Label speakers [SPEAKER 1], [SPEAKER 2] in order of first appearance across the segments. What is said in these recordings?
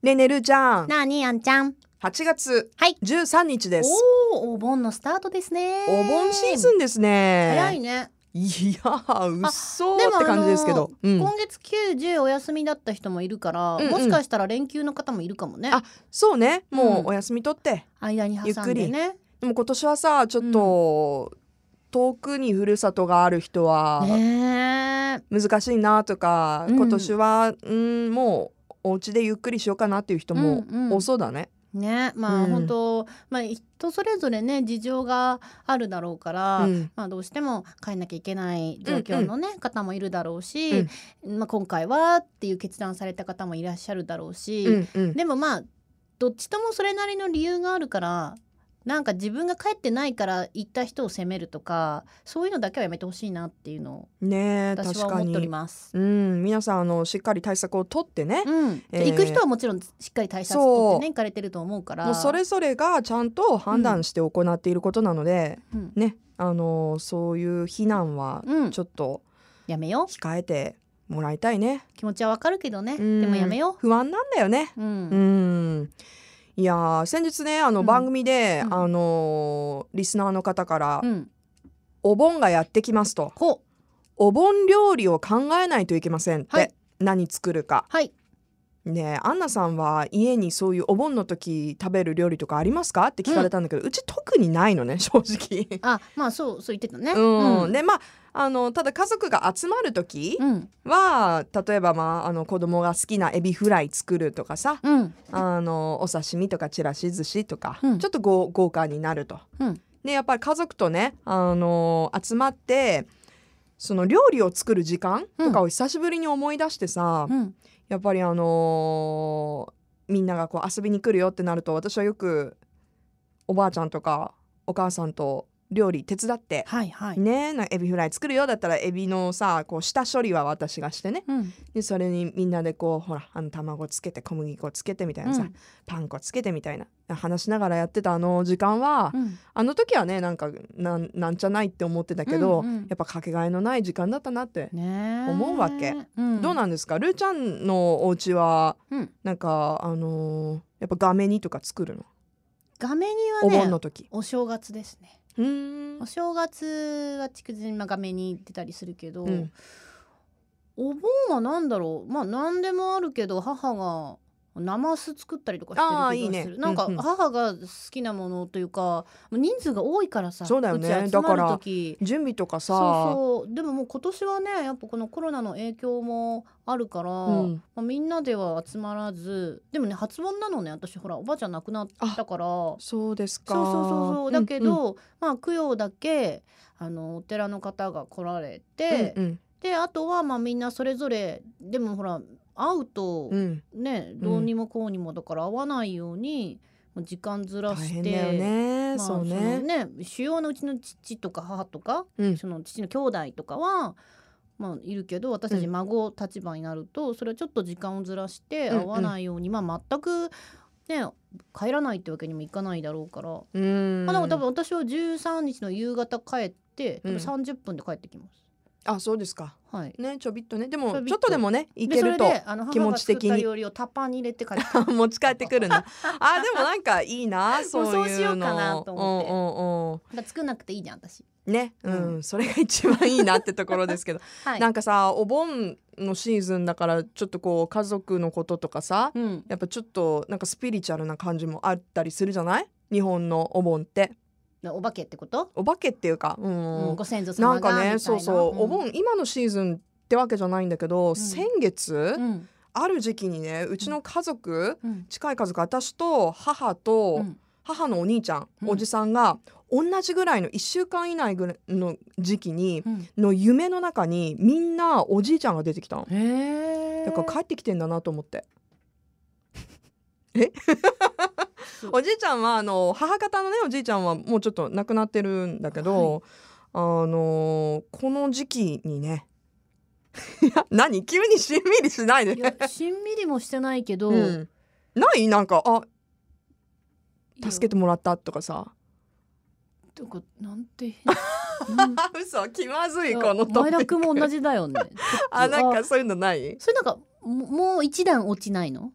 [SPEAKER 1] ねえねるちゃん
[SPEAKER 2] なあにあんちゃん。
[SPEAKER 1] 8月
[SPEAKER 2] はい
[SPEAKER 1] 13日です、
[SPEAKER 2] おお、お盆のスタートですね。
[SPEAKER 1] お盆シーズンですね
[SPEAKER 2] 早いね。
[SPEAKER 1] いやーうっそ
[SPEAKER 2] で
[SPEAKER 1] ー
[SPEAKER 2] も
[SPEAKER 1] って感じですけどあ,、うん、
[SPEAKER 2] 今月九十お休みだった人もいるから、
[SPEAKER 1] うんうん
[SPEAKER 2] もしかしたら連休の方もいるかもね。
[SPEAKER 1] あそうねも
[SPEAKER 2] うん
[SPEAKER 1] うお休み取って、
[SPEAKER 2] 間に挟んでね。
[SPEAKER 1] でも今年はさちょっと、遠くにふるさとがある人は
[SPEAKER 2] ねえ。
[SPEAKER 1] 難しいなとか、
[SPEAKER 2] うん
[SPEAKER 1] 今年はうんもうお家でゆっくりしようかなっていう人も
[SPEAKER 2] うんうん
[SPEAKER 1] 多そうだね、
[SPEAKER 2] ね、まあ、
[SPEAKER 1] うん
[SPEAKER 2] 本当、まあ、人それぞれね、事情があるだろうから。
[SPEAKER 1] うん
[SPEAKER 2] まあ、どうしても帰んなきゃいけない状況のね、方もいるだろうし、まあ、今回はっていう決断された方もいらっしゃるだろうし、
[SPEAKER 1] うんうん
[SPEAKER 2] でもまあどっちともそれなりの理由があるからなんか自分が帰ってないから行った人を責めるとかそういうのだけはやめてほしいなっていうのを
[SPEAKER 1] ねえ確
[SPEAKER 2] 私は
[SPEAKER 1] か
[SPEAKER 2] 思っており
[SPEAKER 1] に
[SPEAKER 2] ます。
[SPEAKER 1] うん皆さんあのしっかり対策を取ってね、
[SPEAKER 2] うん
[SPEAKER 1] えー
[SPEAKER 2] 行く人はもちろんしっかり対策
[SPEAKER 1] そう
[SPEAKER 2] 取ってね行かれてると思うから
[SPEAKER 1] もうそれぞれがちゃんと判断して行っていることなので、
[SPEAKER 2] うん
[SPEAKER 1] ねあのーそういう避難は
[SPEAKER 2] うん
[SPEAKER 1] ちょっと
[SPEAKER 2] やめよう
[SPEAKER 1] 控えてもらいたいね、
[SPEAKER 2] 気持ちはわかるけどね
[SPEAKER 1] うん
[SPEAKER 2] でもやめよ
[SPEAKER 1] 不安なんだよね
[SPEAKER 2] う、う
[SPEAKER 1] うんんいやー先日ねあ
[SPEAKER 2] う
[SPEAKER 1] の
[SPEAKER 2] ん
[SPEAKER 1] 番組で、
[SPEAKER 2] うん
[SPEAKER 1] あのーリスナーの方から、
[SPEAKER 2] うん、
[SPEAKER 1] お盆がやってきますと
[SPEAKER 2] こう
[SPEAKER 1] お盆料理を考えないといけませんって、
[SPEAKER 2] はい
[SPEAKER 1] 何作るか
[SPEAKER 2] はい
[SPEAKER 1] ねえアンナさんは家にそういうお盆の時食べる料理とかありますかって聞かれたんだけど、うち特にないのね 正直
[SPEAKER 2] あまあそうそう言ってたね
[SPEAKER 1] うん
[SPEAKER 2] うん
[SPEAKER 1] でまああのただ家族が集まる時
[SPEAKER 2] うん
[SPEAKER 1] は、例えば、まあ、あの子供が好きなエビフライ作るとかさ
[SPEAKER 2] うん
[SPEAKER 1] あのお刺身とかちらし寿司とか、
[SPEAKER 2] うん
[SPEAKER 1] ちょっと豪豪華になると。
[SPEAKER 2] うん
[SPEAKER 1] でやっぱり家族とねあの集まってその料理を作る時間とかを久しぶりに思い出してさ、
[SPEAKER 2] うん
[SPEAKER 1] やっぱりあのーみんながこう遊びに来るよってなると私はよくおばあちゃんとかお母さんと料理手伝って
[SPEAKER 2] はいはい、
[SPEAKER 1] ねえなエビフライ作るよだったらエビのさこう下処理は私がしてね
[SPEAKER 2] うん
[SPEAKER 1] でそれにみんなでこうほらあの卵つけて小麦粉つけてみたいなさ、
[SPEAKER 2] うん
[SPEAKER 1] パン粉つけてみたいな話しながらやってたあの時間は、
[SPEAKER 2] うん、
[SPEAKER 1] あの時はねなんかなんなんじゃないって思ってたけど、
[SPEAKER 2] うんうん
[SPEAKER 1] やっぱかけがえのない時間だったなって、
[SPEAKER 2] ねえ
[SPEAKER 1] 思うわけ、
[SPEAKER 2] うん、
[SPEAKER 1] どうなんですかルーちゃんのお家は
[SPEAKER 2] うん
[SPEAKER 1] なんかあのーやっぱ画面にとか作るの、
[SPEAKER 2] 画面には
[SPEAKER 1] お
[SPEAKER 2] ね
[SPEAKER 1] 盆の時
[SPEAKER 2] お正月ですね
[SPEAKER 1] うーん
[SPEAKER 2] お正月は筑前ま画面に出たりするけど、
[SPEAKER 1] うん
[SPEAKER 2] お盆は何だろうまあ何でもあるけど母がナマス作ったりとか
[SPEAKER 1] あー
[SPEAKER 2] し
[SPEAKER 1] い
[SPEAKER 2] てる気が
[SPEAKER 1] い
[SPEAKER 2] する
[SPEAKER 1] ね
[SPEAKER 2] なんか
[SPEAKER 1] うんうん
[SPEAKER 2] 母が好きなものというか、人数が多いからさ
[SPEAKER 1] そうだよね
[SPEAKER 2] うち集まる時
[SPEAKER 1] 準備とかさ
[SPEAKER 2] そうそうでももう今年はねやっぱこのコロナの影響もあるから、
[SPEAKER 1] うん
[SPEAKER 2] まあ、みんなでは集まらずでもね初盆なのね私ほらおばあちゃん亡くなったから
[SPEAKER 1] そうですか
[SPEAKER 2] そうそうそうそうだけ
[SPEAKER 1] うんうん
[SPEAKER 2] ど、まあ供養だけあのお寺の方が来られて、
[SPEAKER 1] うん
[SPEAKER 2] であとはまあみんなそれぞれでもほら会うと
[SPEAKER 1] うんうん、
[SPEAKER 2] ね、どうにもこうにもだから会わないようにもう時間ずら
[SPEAKER 1] 大
[SPEAKER 2] して
[SPEAKER 1] 変だよね、
[SPEAKER 2] まあ、
[SPEAKER 1] そう
[SPEAKER 2] その
[SPEAKER 1] ね
[SPEAKER 2] ね主要のうちの父とか母とか、
[SPEAKER 1] うん
[SPEAKER 2] その父の兄弟とかは。まあ、いるけど私たち孫立場になると、それはちょっと時間をずらして
[SPEAKER 1] うんうん
[SPEAKER 2] 会わないように、まあ、全く、ね、帰らないってわけにもいかないだろうから、
[SPEAKER 1] うん
[SPEAKER 2] まあ、でも多分私は13日の夕方帰っ
[SPEAKER 1] うん
[SPEAKER 2] て、多分30分で帰ってきます。
[SPEAKER 1] あそうですか
[SPEAKER 2] はい。
[SPEAKER 1] ねちょびっとねで
[SPEAKER 2] ち
[SPEAKER 1] も
[SPEAKER 2] ょびっと
[SPEAKER 1] ちょっとでもねい
[SPEAKER 2] で
[SPEAKER 1] け
[SPEAKER 2] そ
[SPEAKER 1] る
[SPEAKER 2] れ
[SPEAKER 1] と
[SPEAKER 2] であの
[SPEAKER 1] 気
[SPEAKER 2] 母
[SPEAKER 1] 持
[SPEAKER 2] が
[SPEAKER 1] ち
[SPEAKER 2] 作っ
[SPEAKER 1] 的に
[SPEAKER 2] た料理をタッパーに入れて 帰ってきた
[SPEAKER 1] 持ち帰ってくるんだあでもなんかいい なそういうの
[SPEAKER 2] そうしようかなと思って
[SPEAKER 1] 思
[SPEAKER 2] だから作んなくていいじゃん私。
[SPEAKER 1] うんうんうんねうん、
[SPEAKER 2] う
[SPEAKER 1] それが一番いいなってところですけど、
[SPEAKER 2] はい。
[SPEAKER 1] なんかさお盆のシーズンだからちょっとこう家族のこととかさ
[SPEAKER 2] うん。
[SPEAKER 1] やっぱちょっとなんかスピリチュアルな感じもあったりするじゃない日本のお盆って
[SPEAKER 2] お化けってこと？
[SPEAKER 1] お化けっていうかうん
[SPEAKER 2] うん、ご先祖
[SPEAKER 1] な
[SPEAKER 2] 様
[SPEAKER 1] ん
[SPEAKER 2] がみ
[SPEAKER 1] か
[SPEAKER 2] たいな。
[SPEAKER 1] ねそうそう、
[SPEAKER 2] ん
[SPEAKER 1] お。盆今のシーズンってわけじゃないんだけど、
[SPEAKER 2] ん
[SPEAKER 1] 先月、
[SPEAKER 2] うん。
[SPEAKER 1] ある時期にねうちの家族、
[SPEAKER 2] うん。
[SPEAKER 1] 近い家族私と母と、
[SPEAKER 2] うん
[SPEAKER 1] 母のお兄ちゃん、
[SPEAKER 2] うん
[SPEAKER 1] おじさんが同じぐらいの1週間以内ぐらいの時期に
[SPEAKER 2] うん
[SPEAKER 1] の夢の中にみんなおじいちゃんが出てきたの
[SPEAKER 2] へえ。
[SPEAKER 1] だ から帰ってきてんだなと思 って
[SPEAKER 2] そう
[SPEAKER 1] おじいちゃんはあの母方のねおじいちゃんはもうちょっと亡くなってるんだけど、あのこの時期に ねいや何急にしんみりしないで
[SPEAKER 2] いやしんみりもしてないけど、
[SPEAKER 1] うん、ないなんかあ助け
[SPEAKER 2] け
[SPEAKER 1] てもらったとかさ
[SPEAKER 2] とかなんて変な、 うん
[SPEAKER 1] あ嘘気まずい
[SPEAKER 2] いや
[SPEAKER 1] このトピ
[SPEAKER 2] 前田
[SPEAKER 1] ッ
[SPEAKER 2] 君
[SPEAKER 1] ク
[SPEAKER 2] も同じだよね
[SPEAKER 1] あなんかそういうのない
[SPEAKER 2] それなんかももう一段落ちないの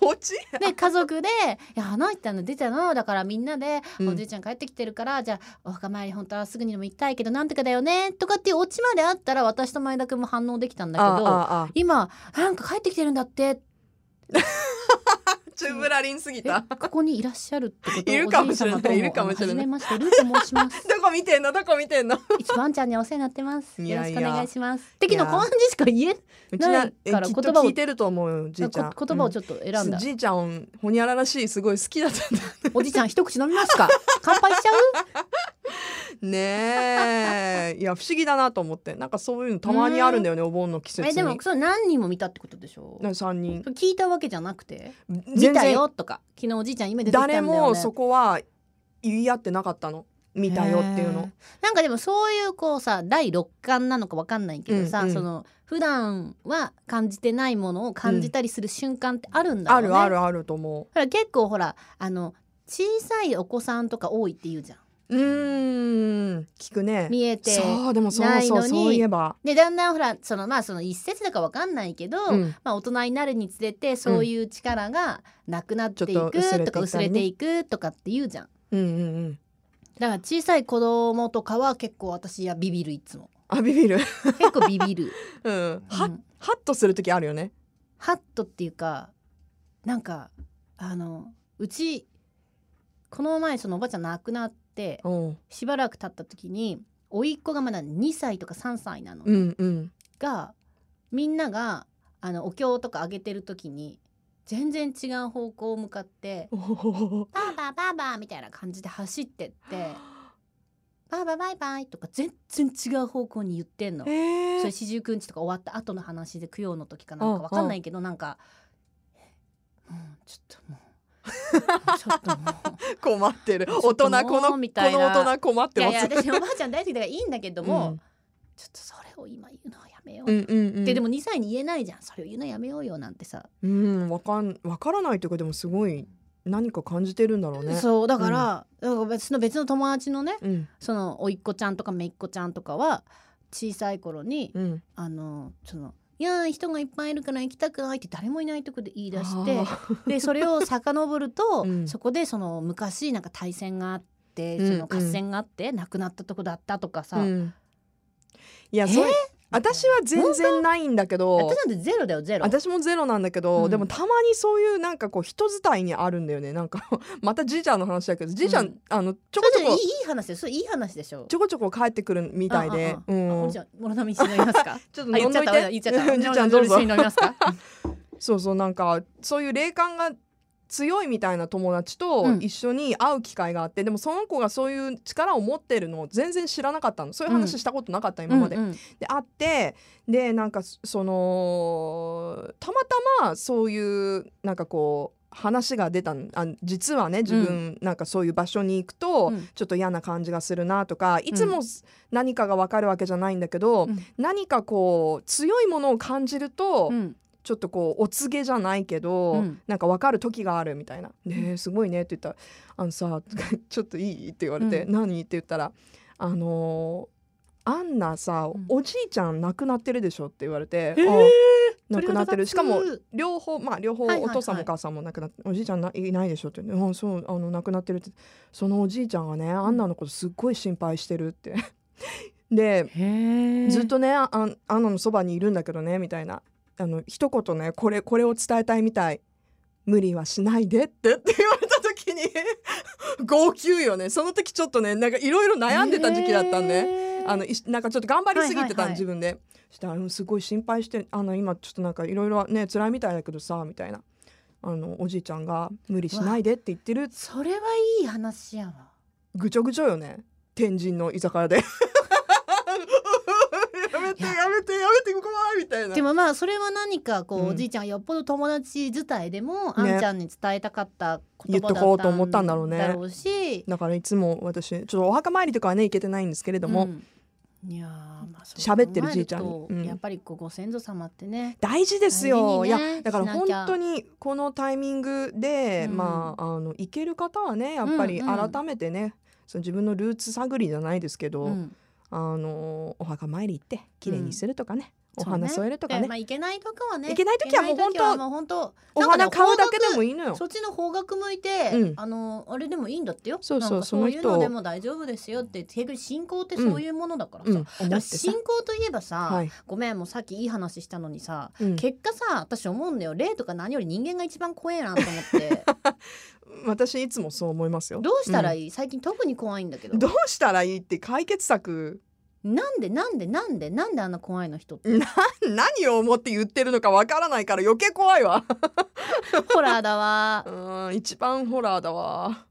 [SPEAKER 1] 落ち
[SPEAKER 2] で家族で「いやあの人あの出たのだからみんなで、
[SPEAKER 1] うん
[SPEAKER 2] おじいちゃん帰ってきてるからじゃあお墓参り本当はすぐにでも行きたいけどなんとかだよね」とかっていうオチまであったら私と前田君も反応できたんだけど
[SPEAKER 1] ああ
[SPEAKER 2] 今なんか帰ってきてるんだって
[SPEAKER 1] チューブラリンすぎ
[SPEAKER 2] え
[SPEAKER 1] た
[SPEAKER 2] ここにいらっしゃるってこと
[SPEAKER 1] いるかもしれない
[SPEAKER 2] おじい様どう
[SPEAKER 1] いるかもしれない
[SPEAKER 2] あの初めましてルーと申しま す
[SPEAKER 1] どこ見てんのどこ見てんのう
[SPEAKER 2] 一番ちゃんにはお世話になってます
[SPEAKER 1] い
[SPEAKER 2] よろ
[SPEAKER 1] や
[SPEAKER 2] し
[SPEAKER 1] い
[SPEAKER 2] く
[SPEAKER 1] や
[SPEAKER 2] お願いします的な
[SPEAKER 1] や
[SPEAKER 2] い感じしか言え
[SPEAKER 1] ちな
[SPEAKER 2] ない
[SPEAKER 1] えき
[SPEAKER 2] か
[SPEAKER 1] っ
[SPEAKER 2] ら
[SPEAKER 1] と
[SPEAKER 2] 言葉を
[SPEAKER 1] 聞いてると思うよじいちゃん
[SPEAKER 2] こ言葉を
[SPEAKER 1] ょ
[SPEAKER 2] ちょっと選んだ、
[SPEAKER 1] じいちゃんほにゃららしいすごい好きだったんだ
[SPEAKER 2] おじいちゃん一口飲みますか乾杯しちゃう
[SPEAKER 1] ねえいや不思議だなと思ってなんかそういうのたまにあるんだよねお盆の季節に
[SPEAKER 2] えでもそれ何人も見たってことでしょ
[SPEAKER 1] な三人
[SPEAKER 2] それ聞いたわけじゃなくて見
[SPEAKER 1] 全
[SPEAKER 2] た
[SPEAKER 1] 然
[SPEAKER 2] よとか昨日おじいちゃん夢出てきたんだ
[SPEAKER 1] 誰
[SPEAKER 2] よ、ね、
[SPEAKER 1] もそこは言い合ってなかったの見たよっていう
[SPEAKER 2] へー
[SPEAKER 1] の
[SPEAKER 2] なんかでもそういうこうさ第六感なのかわかんないけどさ、
[SPEAKER 1] うんうん
[SPEAKER 2] その普段は感じてないものを感じたりする瞬間ってあるんだろ
[SPEAKER 1] あ
[SPEAKER 2] うね、
[SPEAKER 1] るあるあると思
[SPEAKER 2] ほら結構ほらあの小さいお子さんとか多いって言うじゃん
[SPEAKER 1] ううーん聞くね
[SPEAKER 2] 見えて
[SPEAKER 1] そうでもそう
[SPEAKER 2] ない
[SPEAKER 1] そ
[SPEAKER 2] の
[SPEAKER 1] う
[SPEAKER 2] に
[SPEAKER 1] そういえば
[SPEAKER 2] でだんだんほらそのまあその一説だかわかんないけど、
[SPEAKER 1] うん
[SPEAKER 2] まあ、大人になるにつれてそういう力がなくなってい
[SPEAKER 1] ちょっと薄れていったりね
[SPEAKER 2] くとか薄れていくとかって言うじゃん。
[SPEAKER 1] うんうんうん
[SPEAKER 2] だから小さい子供とかは結構私はビビるい つも
[SPEAKER 1] あビビる
[SPEAKER 2] 結構ビビる、
[SPEAKER 1] うん
[SPEAKER 2] う
[SPEAKER 1] は
[SPEAKER 2] ん
[SPEAKER 1] ハッとする時あるよね
[SPEAKER 2] ハッとっていうかなんかあのうちこの前そのおばちゃん亡くなって
[SPEAKER 1] うん
[SPEAKER 2] しばらく経った時に甥っ子がまだ2歳とか3歳なの
[SPEAKER 1] うんうん
[SPEAKER 2] がみんながあのお経とかあげてる時に全然違う方向を向かって
[SPEAKER 1] おほほほほ
[SPEAKER 2] 「バーバーバーバー」みたいな感じで走ってって「バーバーバイバイ」とか全然違う方向に言ってんの。
[SPEAKER 1] え
[SPEAKER 2] そ
[SPEAKER 1] ー
[SPEAKER 2] れ四十九日とか終わった後の話で供養の時かなんかわかんないけどなんか「うんちょっともうちょっともう」
[SPEAKER 1] 困ってる
[SPEAKER 2] ちょっ
[SPEAKER 1] 大人
[SPEAKER 2] と
[SPEAKER 1] この
[SPEAKER 2] もう
[SPEAKER 1] この
[SPEAKER 2] みた
[SPEAKER 1] 大
[SPEAKER 2] いな
[SPEAKER 1] 人困っ
[SPEAKER 2] い
[SPEAKER 1] て
[SPEAKER 2] やい
[SPEAKER 1] ま
[SPEAKER 2] や
[SPEAKER 1] す
[SPEAKER 2] 私おばあちゃん大好きだからいいんだけども、
[SPEAKER 1] うん
[SPEAKER 2] ちょっとそれを今言うのはやめよう」
[SPEAKER 1] うんうんうん
[SPEAKER 2] ででも2歳に言えないじゃんそれを言うのやめようよなんてさ、
[SPEAKER 1] うんわかんわからないというかでもすごい何か感じてるんだろうね
[SPEAKER 2] そうだから,、別の別の友達のね
[SPEAKER 1] うん
[SPEAKER 2] その甥っ子ちゃんとか姪っ子ちゃんとかは小さい頃に、
[SPEAKER 1] うん
[SPEAKER 2] あのそのいやー人がいっぱいいるから行きたくないって誰もいないとこで言い出して
[SPEAKER 1] あー
[SPEAKER 2] でそれを遡る と、
[SPEAKER 1] うん
[SPEAKER 2] そこでその昔なんか対戦があって
[SPEAKER 1] うん
[SPEAKER 2] その合戦があって、亡くなったとこだったとかさ、
[SPEAKER 1] うんいや
[SPEAKER 2] え
[SPEAKER 1] そう私は全然ないんだけど
[SPEAKER 2] 私なんてゼロだよゼロ。
[SPEAKER 1] 私もゼロなんだけど、
[SPEAKER 2] うん
[SPEAKER 1] でもたまにそういうなんかこう人伝いにあるんだよねなんか またじいちゃんの話だけどじいちゃん、
[SPEAKER 2] うん
[SPEAKER 1] あのちょ
[SPEAKER 2] そ
[SPEAKER 1] こ
[SPEAKER 2] れ
[SPEAKER 1] ち
[SPEAKER 2] で
[SPEAKER 1] ょ
[SPEAKER 2] いい
[SPEAKER 1] こ
[SPEAKER 2] いい話でしょそれいい話でしょ
[SPEAKER 1] ちょこちょこ帰ってくるみたいで
[SPEAKER 2] あああ
[SPEAKER 1] うん
[SPEAKER 2] おじちゃん物飲みして飲みますか
[SPEAKER 1] ちょっ
[SPEAKER 2] あ
[SPEAKER 1] と
[SPEAKER 2] 言
[SPEAKER 1] 飲
[SPEAKER 2] っ
[SPEAKER 1] ん
[SPEAKER 2] ちゃ
[SPEAKER 1] ど
[SPEAKER 2] っ
[SPEAKER 1] い
[SPEAKER 2] た
[SPEAKER 1] て
[SPEAKER 2] 言っちゃった
[SPEAKER 1] じいちゃんどうぞ
[SPEAKER 2] 一緒に飲みま すか
[SPEAKER 1] そうそうなんかそういう霊感が強いみたいな友達と
[SPEAKER 2] うん
[SPEAKER 1] 一緒に会う機会があって、でもその子がそういう力を持ってるのを全然知らなかったのそういう話したことなかった、今まで、
[SPEAKER 2] うんうん
[SPEAKER 1] であってでなんかそそのたまたまそういうなんかこう話が出たのあ実はね自分なんかそういう場所に行くと
[SPEAKER 2] うん
[SPEAKER 1] ちょっと嫌な感じがするなとかいつも何かが分かるわけじゃないんだけど、
[SPEAKER 2] うん
[SPEAKER 1] 何かこう強いものを感じると、
[SPEAKER 2] うん
[SPEAKER 1] ちょっとこうお告げじゃないけど、
[SPEAKER 2] うん
[SPEAKER 1] なんか分かる時があるみたいな「ねえすごいね」って言ったら「あのさ ちょっといい?」って言われて「
[SPEAKER 2] う
[SPEAKER 1] 何?」って言ったら「あのーアンナさ、
[SPEAKER 2] うん
[SPEAKER 1] おじいちゃん亡くなってるでしょ」って言われて
[SPEAKER 2] へー
[SPEAKER 1] あ亡くなってる
[SPEAKER 2] 鳥肌立つ
[SPEAKER 1] しかも両方まあ両方
[SPEAKER 2] はいはいはい
[SPEAKER 1] お父さんもお母さんも亡くなって、おじいちゃんないないでしょって言って、あそうあの亡くなってるってそのおじいちゃんがねアンナのことすっごい心配してるって でずっとねああんアンナのそばにいるんだけどねみたいなあの一言ねこれこれを伝えたいみたい無理はしないでって って言われた時に号泣よねその時ちょっとねなんかいろいろ悩んでた時期だったんで、
[SPEAKER 2] へー
[SPEAKER 1] あのいしなんかちょっと頑張りすぎてた
[SPEAKER 2] はいはい
[SPEAKER 1] の、
[SPEAKER 2] はい
[SPEAKER 1] 自分でそしたらうんすごい心配してあの今ちょっとなんかいろいろね辛いみたいだけどさみたいなあのおじいちゃんが無理しないでって言ってる
[SPEAKER 2] それはいい話やわ
[SPEAKER 1] ぐちょぐちょよね天神の居酒屋でやめて
[SPEAKER 2] い
[SPEAKER 1] や
[SPEAKER 2] や
[SPEAKER 1] めてやめて怖いみたいな
[SPEAKER 2] でもまあそれは何かこう、
[SPEAKER 1] うん
[SPEAKER 2] おじいちゃんよっぽど友達伝いでも、
[SPEAKER 1] ね
[SPEAKER 2] あんちゃんに伝えたかった言
[SPEAKER 1] 言っ
[SPEAKER 2] 葉だ
[SPEAKER 1] と
[SPEAKER 2] った
[SPEAKER 1] こうと思ったんだろうね
[SPEAKER 2] だろうし、
[SPEAKER 1] だからいつも私ちょっとお墓参りとかはね行けてないんですけれども、
[SPEAKER 2] うんいやーまあそう
[SPEAKER 1] 喋ってるじいちゃんに
[SPEAKER 2] 考えると
[SPEAKER 1] うん
[SPEAKER 2] やっぱりこうご先祖様ってね
[SPEAKER 1] 大事ですよ、い
[SPEAKER 2] 大事にね
[SPEAKER 1] やだから
[SPEAKER 2] しな
[SPEAKER 1] 本
[SPEAKER 2] きゃ
[SPEAKER 1] 当にこのタイミングで、
[SPEAKER 2] うん
[SPEAKER 1] まああの行ける方はねやっぱり
[SPEAKER 2] うんうん
[SPEAKER 1] 改めてね、その自分のルーツ探りじゃないですけど、
[SPEAKER 2] うん
[SPEAKER 1] あのお墓参り行って綺麗にするとかね、お花添えるとか
[SPEAKER 2] で
[SPEAKER 1] ね
[SPEAKER 2] まあ、いけないとかはね
[SPEAKER 1] いけない時はもう本当
[SPEAKER 2] いけない時はもう本当
[SPEAKER 1] お
[SPEAKER 2] なんかね
[SPEAKER 1] 花買うだけでもいいのよ
[SPEAKER 2] そっちの方角向いて、
[SPEAKER 1] うん
[SPEAKER 2] あのあれでもいいんだってよ
[SPEAKER 1] そうそう
[SPEAKER 2] なんか
[SPEAKER 1] その
[SPEAKER 2] そうい
[SPEAKER 1] 人
[SPEAKER 2] うのでも大丈夫ですよって結局信仰ってそういうものだからさ、
[SPEAKER 1] うん
[SPEAKER 2] だ
[SPEAKER 1] 思っ
[SPEAKER 2] か
[SPEAKER 1] て
[SPEAKER 2] ら
[SPEAKER 1] さ
[SPEAKER 2] 信仰といえばさ、
[SPEAKER 1] はい
[SPEAKER 2] ごめんもうさっきいい話したのにさ、
[SPEAKER 1] うん
[SPEAKER 2] 結果さ私思うんだよ霊とか何より人間が一番怖えなと思って
[SPEAKER 1] 私いつもそう思いますよ
[SPEAKER 2] どうしたら
[SPEAKER 1] い
[SPEAKER 2] いい、最近特に怖いんだけど
[SPEAKER 1] どうしたらいいって解決策
[SPEAKER 2] なんでなんでなんでなんであんな怖いの人って
[SPEAKER 1] な何を思って言ってるのかわからないから余計怖いわ
[SPEAKER 2] ホラーだわ
[SPEAKER 1] うーん一番ホラーだわ